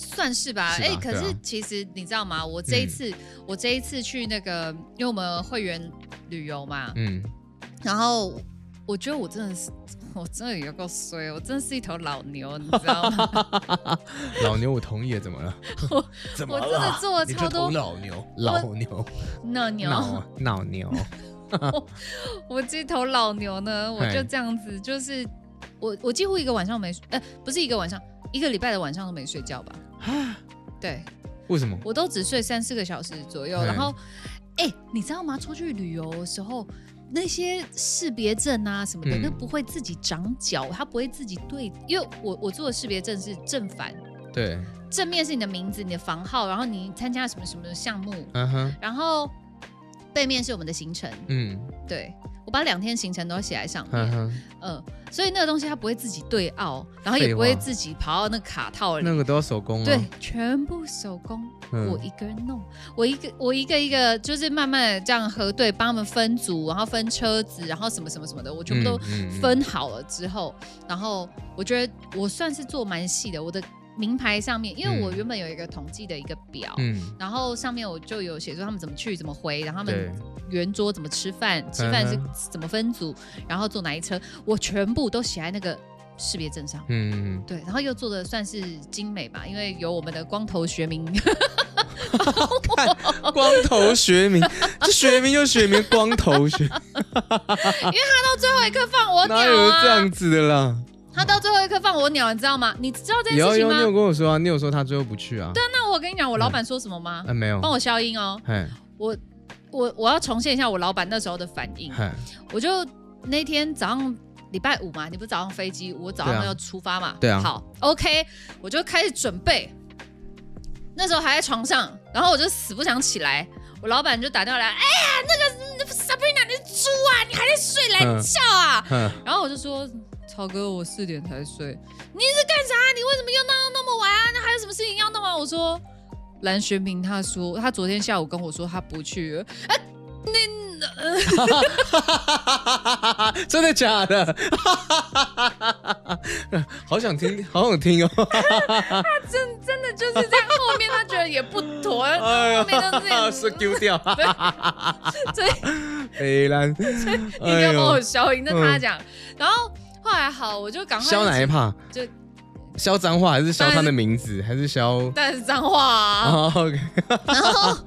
Speaker 1: 算是吧。
Speaker 5: 是吧
Speaker 1: 哎、可
Speaker 5: 对
Speaker 1: 是
Speaker 5: 啊嗯
Speaker 1: 其实你知道吗？我这一次，我这一次去那个，因为我们会员旅游嘛，
Speaker 5: 嗯，
Speaker 1: 然后我觉得我真的是，我真的有够衰，我真的是一头老牛，你知
Speaker 5: <laughs>
Speaker 1: 道吗？
Speaker 5: 老牛我同意了，怎么了？啊
Speaker 2: 怎么
Speaker 1: 我真的
Speaker 2: 了？
Speaker 1: 做了
Speaker 2: 你这
Speaker 1: 超
Speaker 2: 头
Speaker 1: 多
Speaker 2: 老牛，
Speaker 5: 老牛，
Speaker 1: 那牛，
Speaker 5: 老啊老牛，
Speaker 1: <laughs> 我这头老牛呢，我就
Speaker 5: 嘿
Speaker 1: 这样子，就是我我几乎一个晚上没，呃，不是一个晚上，一个礼拜的晚上都没睡觉吧？
Speaker 5: 啊
Speaker 1: 对，
Speaker 5: 为什么？
Speaker 1: 我都只睡三四个小时左右。
Speaker 5: 嘿
Speaker 1: 然后，哎、你知道吗？出去旅游的时候，那些识别证啊什么的，
Speaker 5: 嗯
Speaker 1: 那不会自己长脚，它不会自己对，因为我我做的识别证是正反，
Speaker 5: 对，
Speaker 1: 正面是你的名字、你的房号，然后你参加什么什么项目，
Speaker 5: 嗯哼，
Speaker 1: 然后背面是我们的行程。
Speaker 5: 嗯，
Speaker 1: 对我把两天行程都写在上面
Speaker 5: 嗯。哼。
Speaker 1: 嗯，所以那个东西它不会自己对奥，然后
Speaker 5: 废
Speaker 1: 也不会
Speaker 5: 话
Speaker 1: 自己跑到那卡套里。
Speaker 5: 那个都要手工、啊。
Speaker 1: 对，全部手工，
Speaker 5: 嗯
Speaker 1: 我一个人弄，我一个我一个一个就是慢慢的这样核对，帮他们分组，然后分车子，然后什么什么什么的，我全部都
Speaker 5: 嗯嗯嗯
Speaker 1: 分好了之后，然后我觉得我算是做蛮细的，我的名牌上面，因为我
Speaker 5: 嗯
Speaker 1: 原本有一个统计的一个表，
Speaker 5: 嗯，
Speaker 1: 然后上面我就有写说他们怎么去、怎么回，然后他
Speaker 5: 对
Speaker 1: 们圆桌怎么吃饭，吃饭是
Speaker 5: 嗯
Speaker 1: 怎么分组，然后坐哪一车，我全部都写在那个识别证上。
Speaker 5: 嗯，
Speaker 1: 对，然后又做的算是精美吧，因为有我们的光头学名， <laughs>
Speaker 5: 光头学名，这学名就学名，光头
Speaker 1: <laughs>
Speaker 5: 学，
Speaker 1: 到最后一刻放我鸟
Speaker 5: 哪有这
Speaker 1: 啊！
Speaker 5: 样子的啦？
Speaker 1: 他到最后一刻放我鸟，你知道吗？你知道这件
Speaker 5: 有
Speaker 1: 事情
Speaker 5: 有，
Speaker 1: 吗
Speaker 5: 你？有跟我说啊，你有说他最后不去啊？对，
Speaker 1: 那我跟你讲，我老板说什么吗？
Speaker 5: 啊没有，
Speaker 1: 帮我消音哦！
Speaker 5: 嘿，
Speaker 1: 我我我要重现一下我老板那时候的反
Speaker 5: <laughs>
Speaker 1: 应。
Speaker 5: 嘿，
Speaker 1: 我就那天早上礼拜五嘛，你不是早上飞机，我早上
Speaker 5: 对啊
Speaker 1: 要出发嘛。
Speaker 5: 对啊
Speaker 1: 好，OK，我就开始准备。那时候还在床上，然后我就死不想起来。我老板就打电话来，哎呀，那个那个 Sabrina，你是猪啊，你还在睡懒觉啊？
Speaker 5: 哼， <laughs>
Speaker 1: 然后我就说，超哥，我四啊点才睡。你是干啥？你为什么又闹到那么晚啊？那还有什么事情要弄吗？我说，蓝玄平他说，他昨天下午跟我说他不去了，
Speaker 5: 真的假的？ <laughs> 好想听，好想听
Speaker 1: <laughs>
Speaker 5: 哦！
Speaker 1: 真的就是在后面他觉得也不
Speaker 5: <laughs>
Speaker 1: 妥，
Speaker 5: 哎
Speaker 1: 后面都这样，
Speaker 5: 是丢
Speaker 1: <laughs>
Speaker 5: 掉，
Speaker 1: 所以
Speaker 5: 北兰，哎
Speaker 1: 一定要帮我消音。那他讲，然后后来好，我就赶
Speaker 5: 嗯
Speaker 1: 快
Speaker 5: 消哪一怕？
Speaker 1: 就
Speaker 5: 消脏话还是消他的名字，还是消？
Speaker 1: 但是脏话啊，
Speaker 5: 哦，OK， <laughs>
Speaker 1: 然后，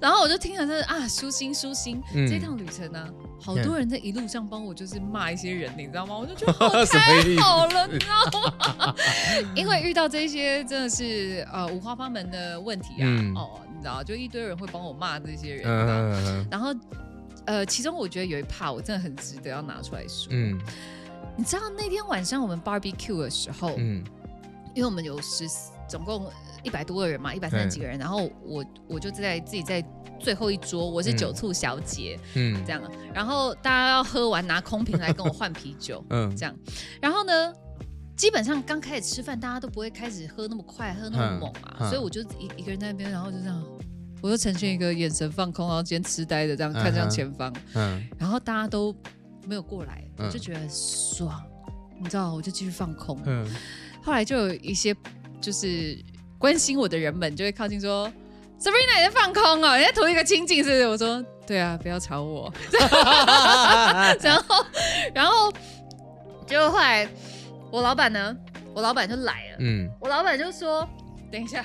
Speaker 1: 然后我就听了这啊，舒心舒心，
Speaker 5: 嗯
Speaker 1: 这趟旅程呢、好
Speaker 5: 嗯
Speaker 1: 多人在一路上帮我，就是骂一些人，你知道吗？我就
Speaker 5: <laughs>
Speaker 1: 觉得
Speaker 5: 什么意
Speaker 1: 太
Speaker 5: 思
Speaker 1: 好了，你知道吗？
Speaker 5: <laughs>
Speaker 1: 因为遇到这些真的是呃五花八门的问题啊，
Speaker 5: 嗯
Speaker 1: 哦，你知道，就一堆人会帮我骂这些人，啊
Speaker 5: 嗯嗯
Speaker 1: 然后呃，其中我觉得有一 part 我真的很值得要拿出来说，
Speaker 5: 嗯
Speaker 1: 你知道那天晚上我们 barbecue 的时候，
Speaker 5: 嗯
Speaker 1: 因为我们有十四总共一百多个人嘛，一百三十几个人，然后我我就在自己在最后一桌，我是
Speaker 5: 嗯
Speaker 1: 酒醋小姐、
Speaker 5: 嗯，
Speaker 1: 这样，然后大家要喝完拿空瓶来跟我换啤酒
Speaker 5: 嗯
Speaker 1: 这样，然后呢，基本上刚开始吃饭，大家都不会开始喝那么快，喝那么猛啊，
Speaker 5: 嗯嗯
Speaker 1: 所以我就一一个人在那边，然后就这样。我就呈现一个眼神放空，然后今天痴呆的这样看向
Speaker 5: 嗯哼
Speaker 1: 前方，
Speaker 5: 嗯
Speaker 1: 然后大家都没有过来，
Speaker 5: 嗯
Speaker 1: 我就觉得很爽，你知道，我就继续放空。
Speaker 5: 嗯，
Speaker 1: 后来就有一些就是关心我的人们就会靠近说：“Sabrina 你在放空哦，你在图一个清净是不是？”我说：“对啊，不要吵我。”然后，
Speaker 5: <laughs>
Speaker 1: 然后结果后来我老板呢，我老板就来了，
Speaker 5: 嗯，
Speaker 1: 我老板就说：“等一下，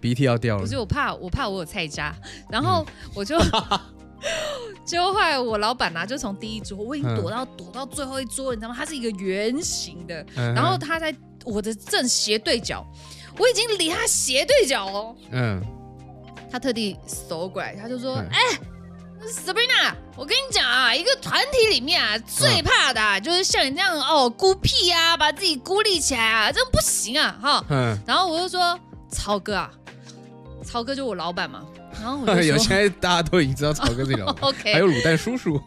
Speaker 5: 鼻涕要掉
Speaker 1: 不
Speaker 5: 了
Speaker 1: 是。我怕，我怕我有菜渣。”然后
Speaker 5: 嗯 <laughs>
Speaker 1: 我就。就后来我老板呢、啊就从第一桌，我已
Speaker 5: 嗯
Speaker 1: 经躲到、躲到最后一桌，你知道吗？它是一个圆形的，
Speaker 5: 嗯
Speaker 1: 然后他在我的正斜对角，我已经离他斜对角哦。
Speaker 5: 嗯，
Speaker 1: 他特地走过来，他就说：“
Speaker 5: 嗯
Speaker 1: 哎、s a b r i n a 我跟你讲啊，一个团体里面啊，
Speaker 5: 嗯
Speaker 1: 最怕的、啊就是像你这样哦，孤僻啊，把自己孤立起来啊，这样不行啊，哈。
Speaker 5: 嗯”
Speaker 1: 然后我就说：“曹哥啊，曹哥就我老板嘛。”然后我
Speaker 5: 嗯，
Speaker 1: 就
Speaker 5: <laughs> 有哎
Speaker 1: 说，
Speaker 5: 现在大家都已经知道曹哥这种
Speaker 1: ：“OK。” <laughs>
Speaker 5: 还有卤蛋叔叔，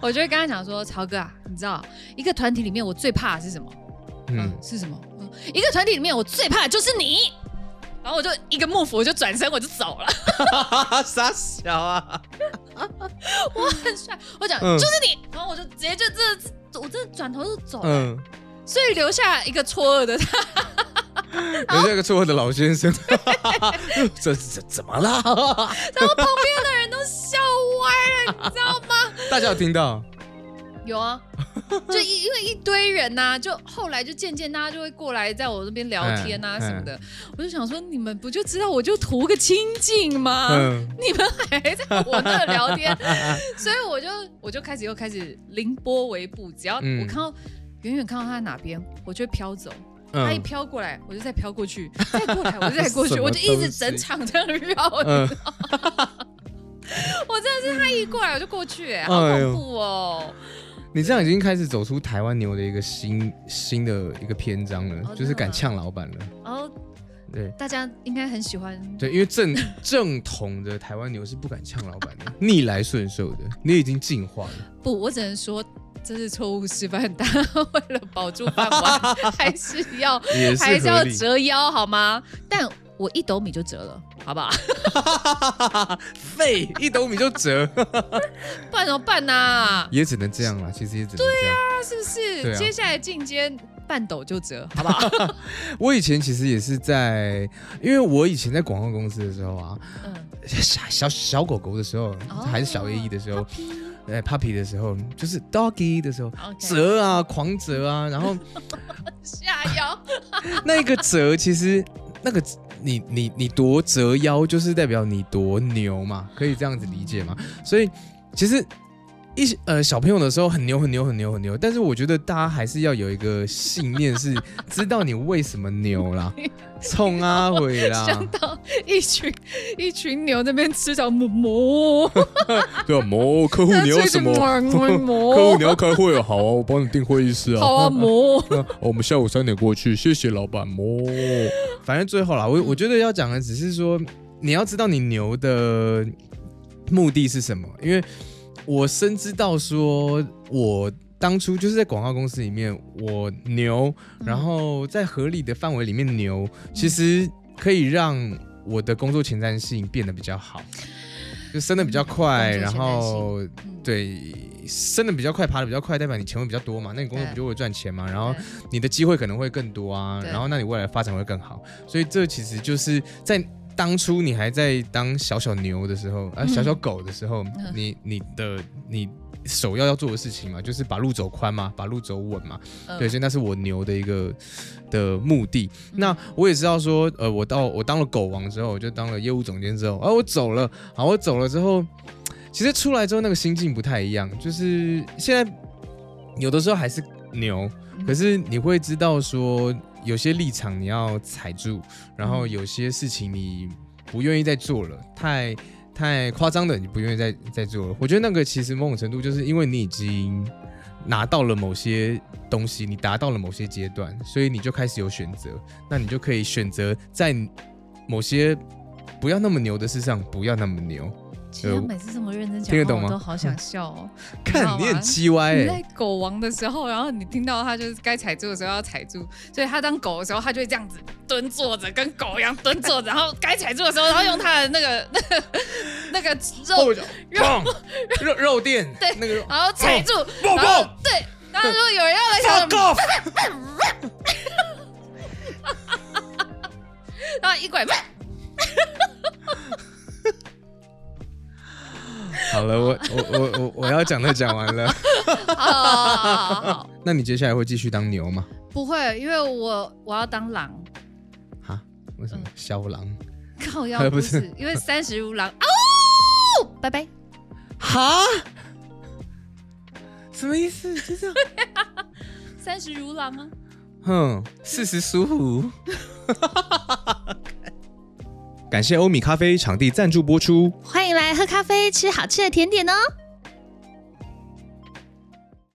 Speaker 1: 我就会跟他讲说：“曹哥啊，你知道一个团体里面我最怕的是什么？”嗯
Speaker 5: 嗯，，
Speaker 1: 是什么？嗯一个团体里面，我最怕的就是你。然后我就一个幕府，我就转身我就走
Speaker 5: <laughs>
Speaker 1: 了。<laughs>
Speaker 5: 傻小啊，
Speaker 1: 我很帅，我讲、
Speaker 5: 嗯
Speaker 1: 就是你。然后我就直接就这，我真的转头就走了。
Speaker 5: 嗯，
Speaker 1: 所以留下一个错愕的 <laughs> 他。
Speaker 5: 留下一个错愕的老先生， <laughs> 这这怎么了？ <laughs>
Speaker 1: 然后旁边的人都笑歪了，你知道吗？
Speaker 5: 大家有听到？<laughs>
Speaker 1: 有啊，就一因为一堆人呐、就后来就渐渐大家就会过来在我这边聊天啊
Speaker 5: 嗯
Speaker 1: 什么的。我就想说，你们不就知道我就图个清静吗？
Speaker 5: <laughs> 嗯
Speaker 1: 啊你们还在我那聊天，所以我就我就开始又开始凌波微步，只要
Speaker 5: 嗯
Speaker 1: 我看到。远远看到他在哪边，我就会飘走。他一
Speaker 5: 嗯
Speaker 1: 飘过来，我就再飘过去，再过
Speaker 5: <laughs>
Speaker 1: 来，我就再过
Speaker 5: 什
Speaker 1: 去，
Speaker 5: 么
Speaker 1: 我就一直
Speaker 5: 东西
Speaker 1: 整场这样绕。
Speaker 5: 嗯，
Speaker 1: 我真的是他一过来我就过去、哎好
Speaker 5: 哎
Speaker 1: 恐
Speaker 5: 呦
Speaker 1: 怖哦！
Speaker 5: 你这样已经开始走出台湾牛的一个新新的一个篇章了，
Speaker 1: 哦
Speaker 5: 就是敢呛老板了。
Speaker 1: 然后
Speaker 5: 对
Speaker 1: 大家应该很喜欢，
Speaker 5: 对，因为 <laughs> 正正统的台湾牛是不敢呛老板的，逆来顺受的，你已经进化了。
Speaker 1: 不，我只能说这是错误示范，大家 <laughs> 为了保住饭碗，还是要
Speaker 5: <laughs> 也
Speaker 1: 还是
Speaker 5: 合
Speaker 1: 要
Speaker 5: 理。
Speaker 1: 折腰好吗？但我一斗米就折了，好不好？ <laughs>
Speaker 5: 废一斗米就折， <laughs>
Speaker 1: 不然怎么办呢、
Speaker 5: 也只能这样了。其实也只能这样。
Speaker 1: 那是不是、
Speaker 5: 对啊
Speaker 1: 接下来进阶半斗就折，好不好？
Speaker 5: 我以前其实也是在，因为我以前在广告公司的时候啊，
Speaker 1: 嗯，
Speaker 5: 小小小狗狗的时候，
Speaker 1: 哦
Speaker 5: 还是小 A E 的时候，
Speaker 1: Puppy
Speaker 5: 哎 puppy 的时候，就是 doggy 的时候，
Speaker 1: OK
Speaker 5: 折啊，狂折啊，然后
Speaker 1: 下腰，
Speaker 5: 啊那个折其实那个你你你多折腰，就是代表你多牛嘛，可以这样子理解嘛。所以其实一些呃小朋友的时候很牛很牛很牛很牛，但是我觉得大家还是要有一个信念，是知道你为什么牛
Speaker 1: <laughs>
Speaker 5: 啦，冲啊回啦
Speaker 1: 想，到一群一群牛那边吃着馍馍，
Speaker 5: 对啊，磨客户
Speaker 1: 在
Speaker 5: 你要
Speaker 1: 吹
Speaker 5: 什
Speaker 1: 着
Speaker 5: 么？
Speaker 1: 馍馍
Speaker 5: 客户
Speaker 1: 馍
Speaker 5: 你，要开会啊，好啊，我帮你订会议室啊。<laughs>
Speaker 1: 哦好啊馍，
Speaker 5: 那我们下午三点过去，谢谢老板嗯哦。反正最后啦，我我觉得要讲的只是说，你要知道你牛的目的是什么，因为我深知道说，我当初就是在广告公司嗯里面，我牛，然后在合理的范围里面牛，其实可以让我的工作前瞻性变得比较好，就升的比较快，
Speaker 1: 嗯工作
Speaker 5: 然
Speaker 1: 前瞻性
Speaker 5: 后
Speaker 1: 嗯
Speaker 5: 对升的比较快，爬的比较快，代表你钱会比较多嘛，那你工作不
Speaker 1: 对
Speaker 5: 就会赚钱嘛，然后
Speaker 1: 对
Speaker 5: 你的机会可能会更多啊，
Speaker 1: 对
Speaker 5: 然后那你未来发展会更好，所以这其实就是在。当初你还在当小小牛的时候，啊，小小狗的时候，
Speaker 1: 嗯
Speaker 5: 你你的你首要要做的事情嘛，就是把路走宽嘛，把路走稳嘛，
Speaker 1: 嗯
Speaker 5: 对，所以那是我牛的一个的目的。那我也知道说，呃，我到我当了狗王之后，我就当了业务总监之后，啊，我走了，好，我走了之后，其实出来之后那个心境不太一样，就是现在有的时候还是牛，可是你会知道说，有些立场你要踩住，然后有些事情你不愿意再做了，太。太夸张的，你不愿意再再做了。我觉得那个其实某种程度就是因为你已经拿到了某些东西，你达到了某些阶段，所以你就开始有选择，那你就可以选择在某些不要那么牛的事上不要那么牛。
Speaker 1: 其实他啊每次这么认真
Speaker 5: 听得
Speaker 1: 讲
Speaker 5: 懂
Speaker 1: 话，
Speaker 5: 吗嗯
Speaker 1: 我都好想笑哦。知道
Speaker 5: 看
Speaker 1: 吗
Speaker 5: 你很鸡歪
Speaker 1: 你
Speaker 5: 哎、
Speaker 1: 在狗王的时候，然后你听到他就是该踩住的时候要踩住，所以他当狗的时候，他就会这样子蹲坐着，跟狗一样蹲坐着，然后该踩住的时候，然后用他的那个 <laughs> 那个那个肉，
Speaker 5: 后脚砰哦肉肉
Speaker 1: <laughs>
Speaker 5: 垫，对那个肉
Speaker 1: 然后踩住，
Speaker 2: 蹦
Speaker 1: 然后
Speaker 2: 蹦
Speaker 1: 对，然后如果有人要来想
Speaker 2: fuck，off，
Speaker 5: 哦
Speaker 1: 然后一拐慢，
Speaker 5: 好了，我我我我我要讲的讲完了， <laughs>
Speaker 1: 好好好好好，
Speaker 5: 那你接下来会继续当牛吗？
Speaker 1: 哦不会，因为我我要当狼，
Speaker 5: 哈？为
Speaker 1: 嗯
Speaker 5: 什么小狼？
Speaker 1: 靠腰不
Speaker 5: 哎不是
Speaker 1: 是，因为三十如狼哦，拜拜。
Speaker 5: 哈？什么意思？就这样？
Speaker 1: 三十如狼啊！
Speaker 5: 哼，四十舒
Speaker 1: <laughs>
Speaker 5: 服。感谢欧米咖啡场地赞助播出。
Speaker 1: 欢迎来喝咖啡，吃好吃的甜点哦。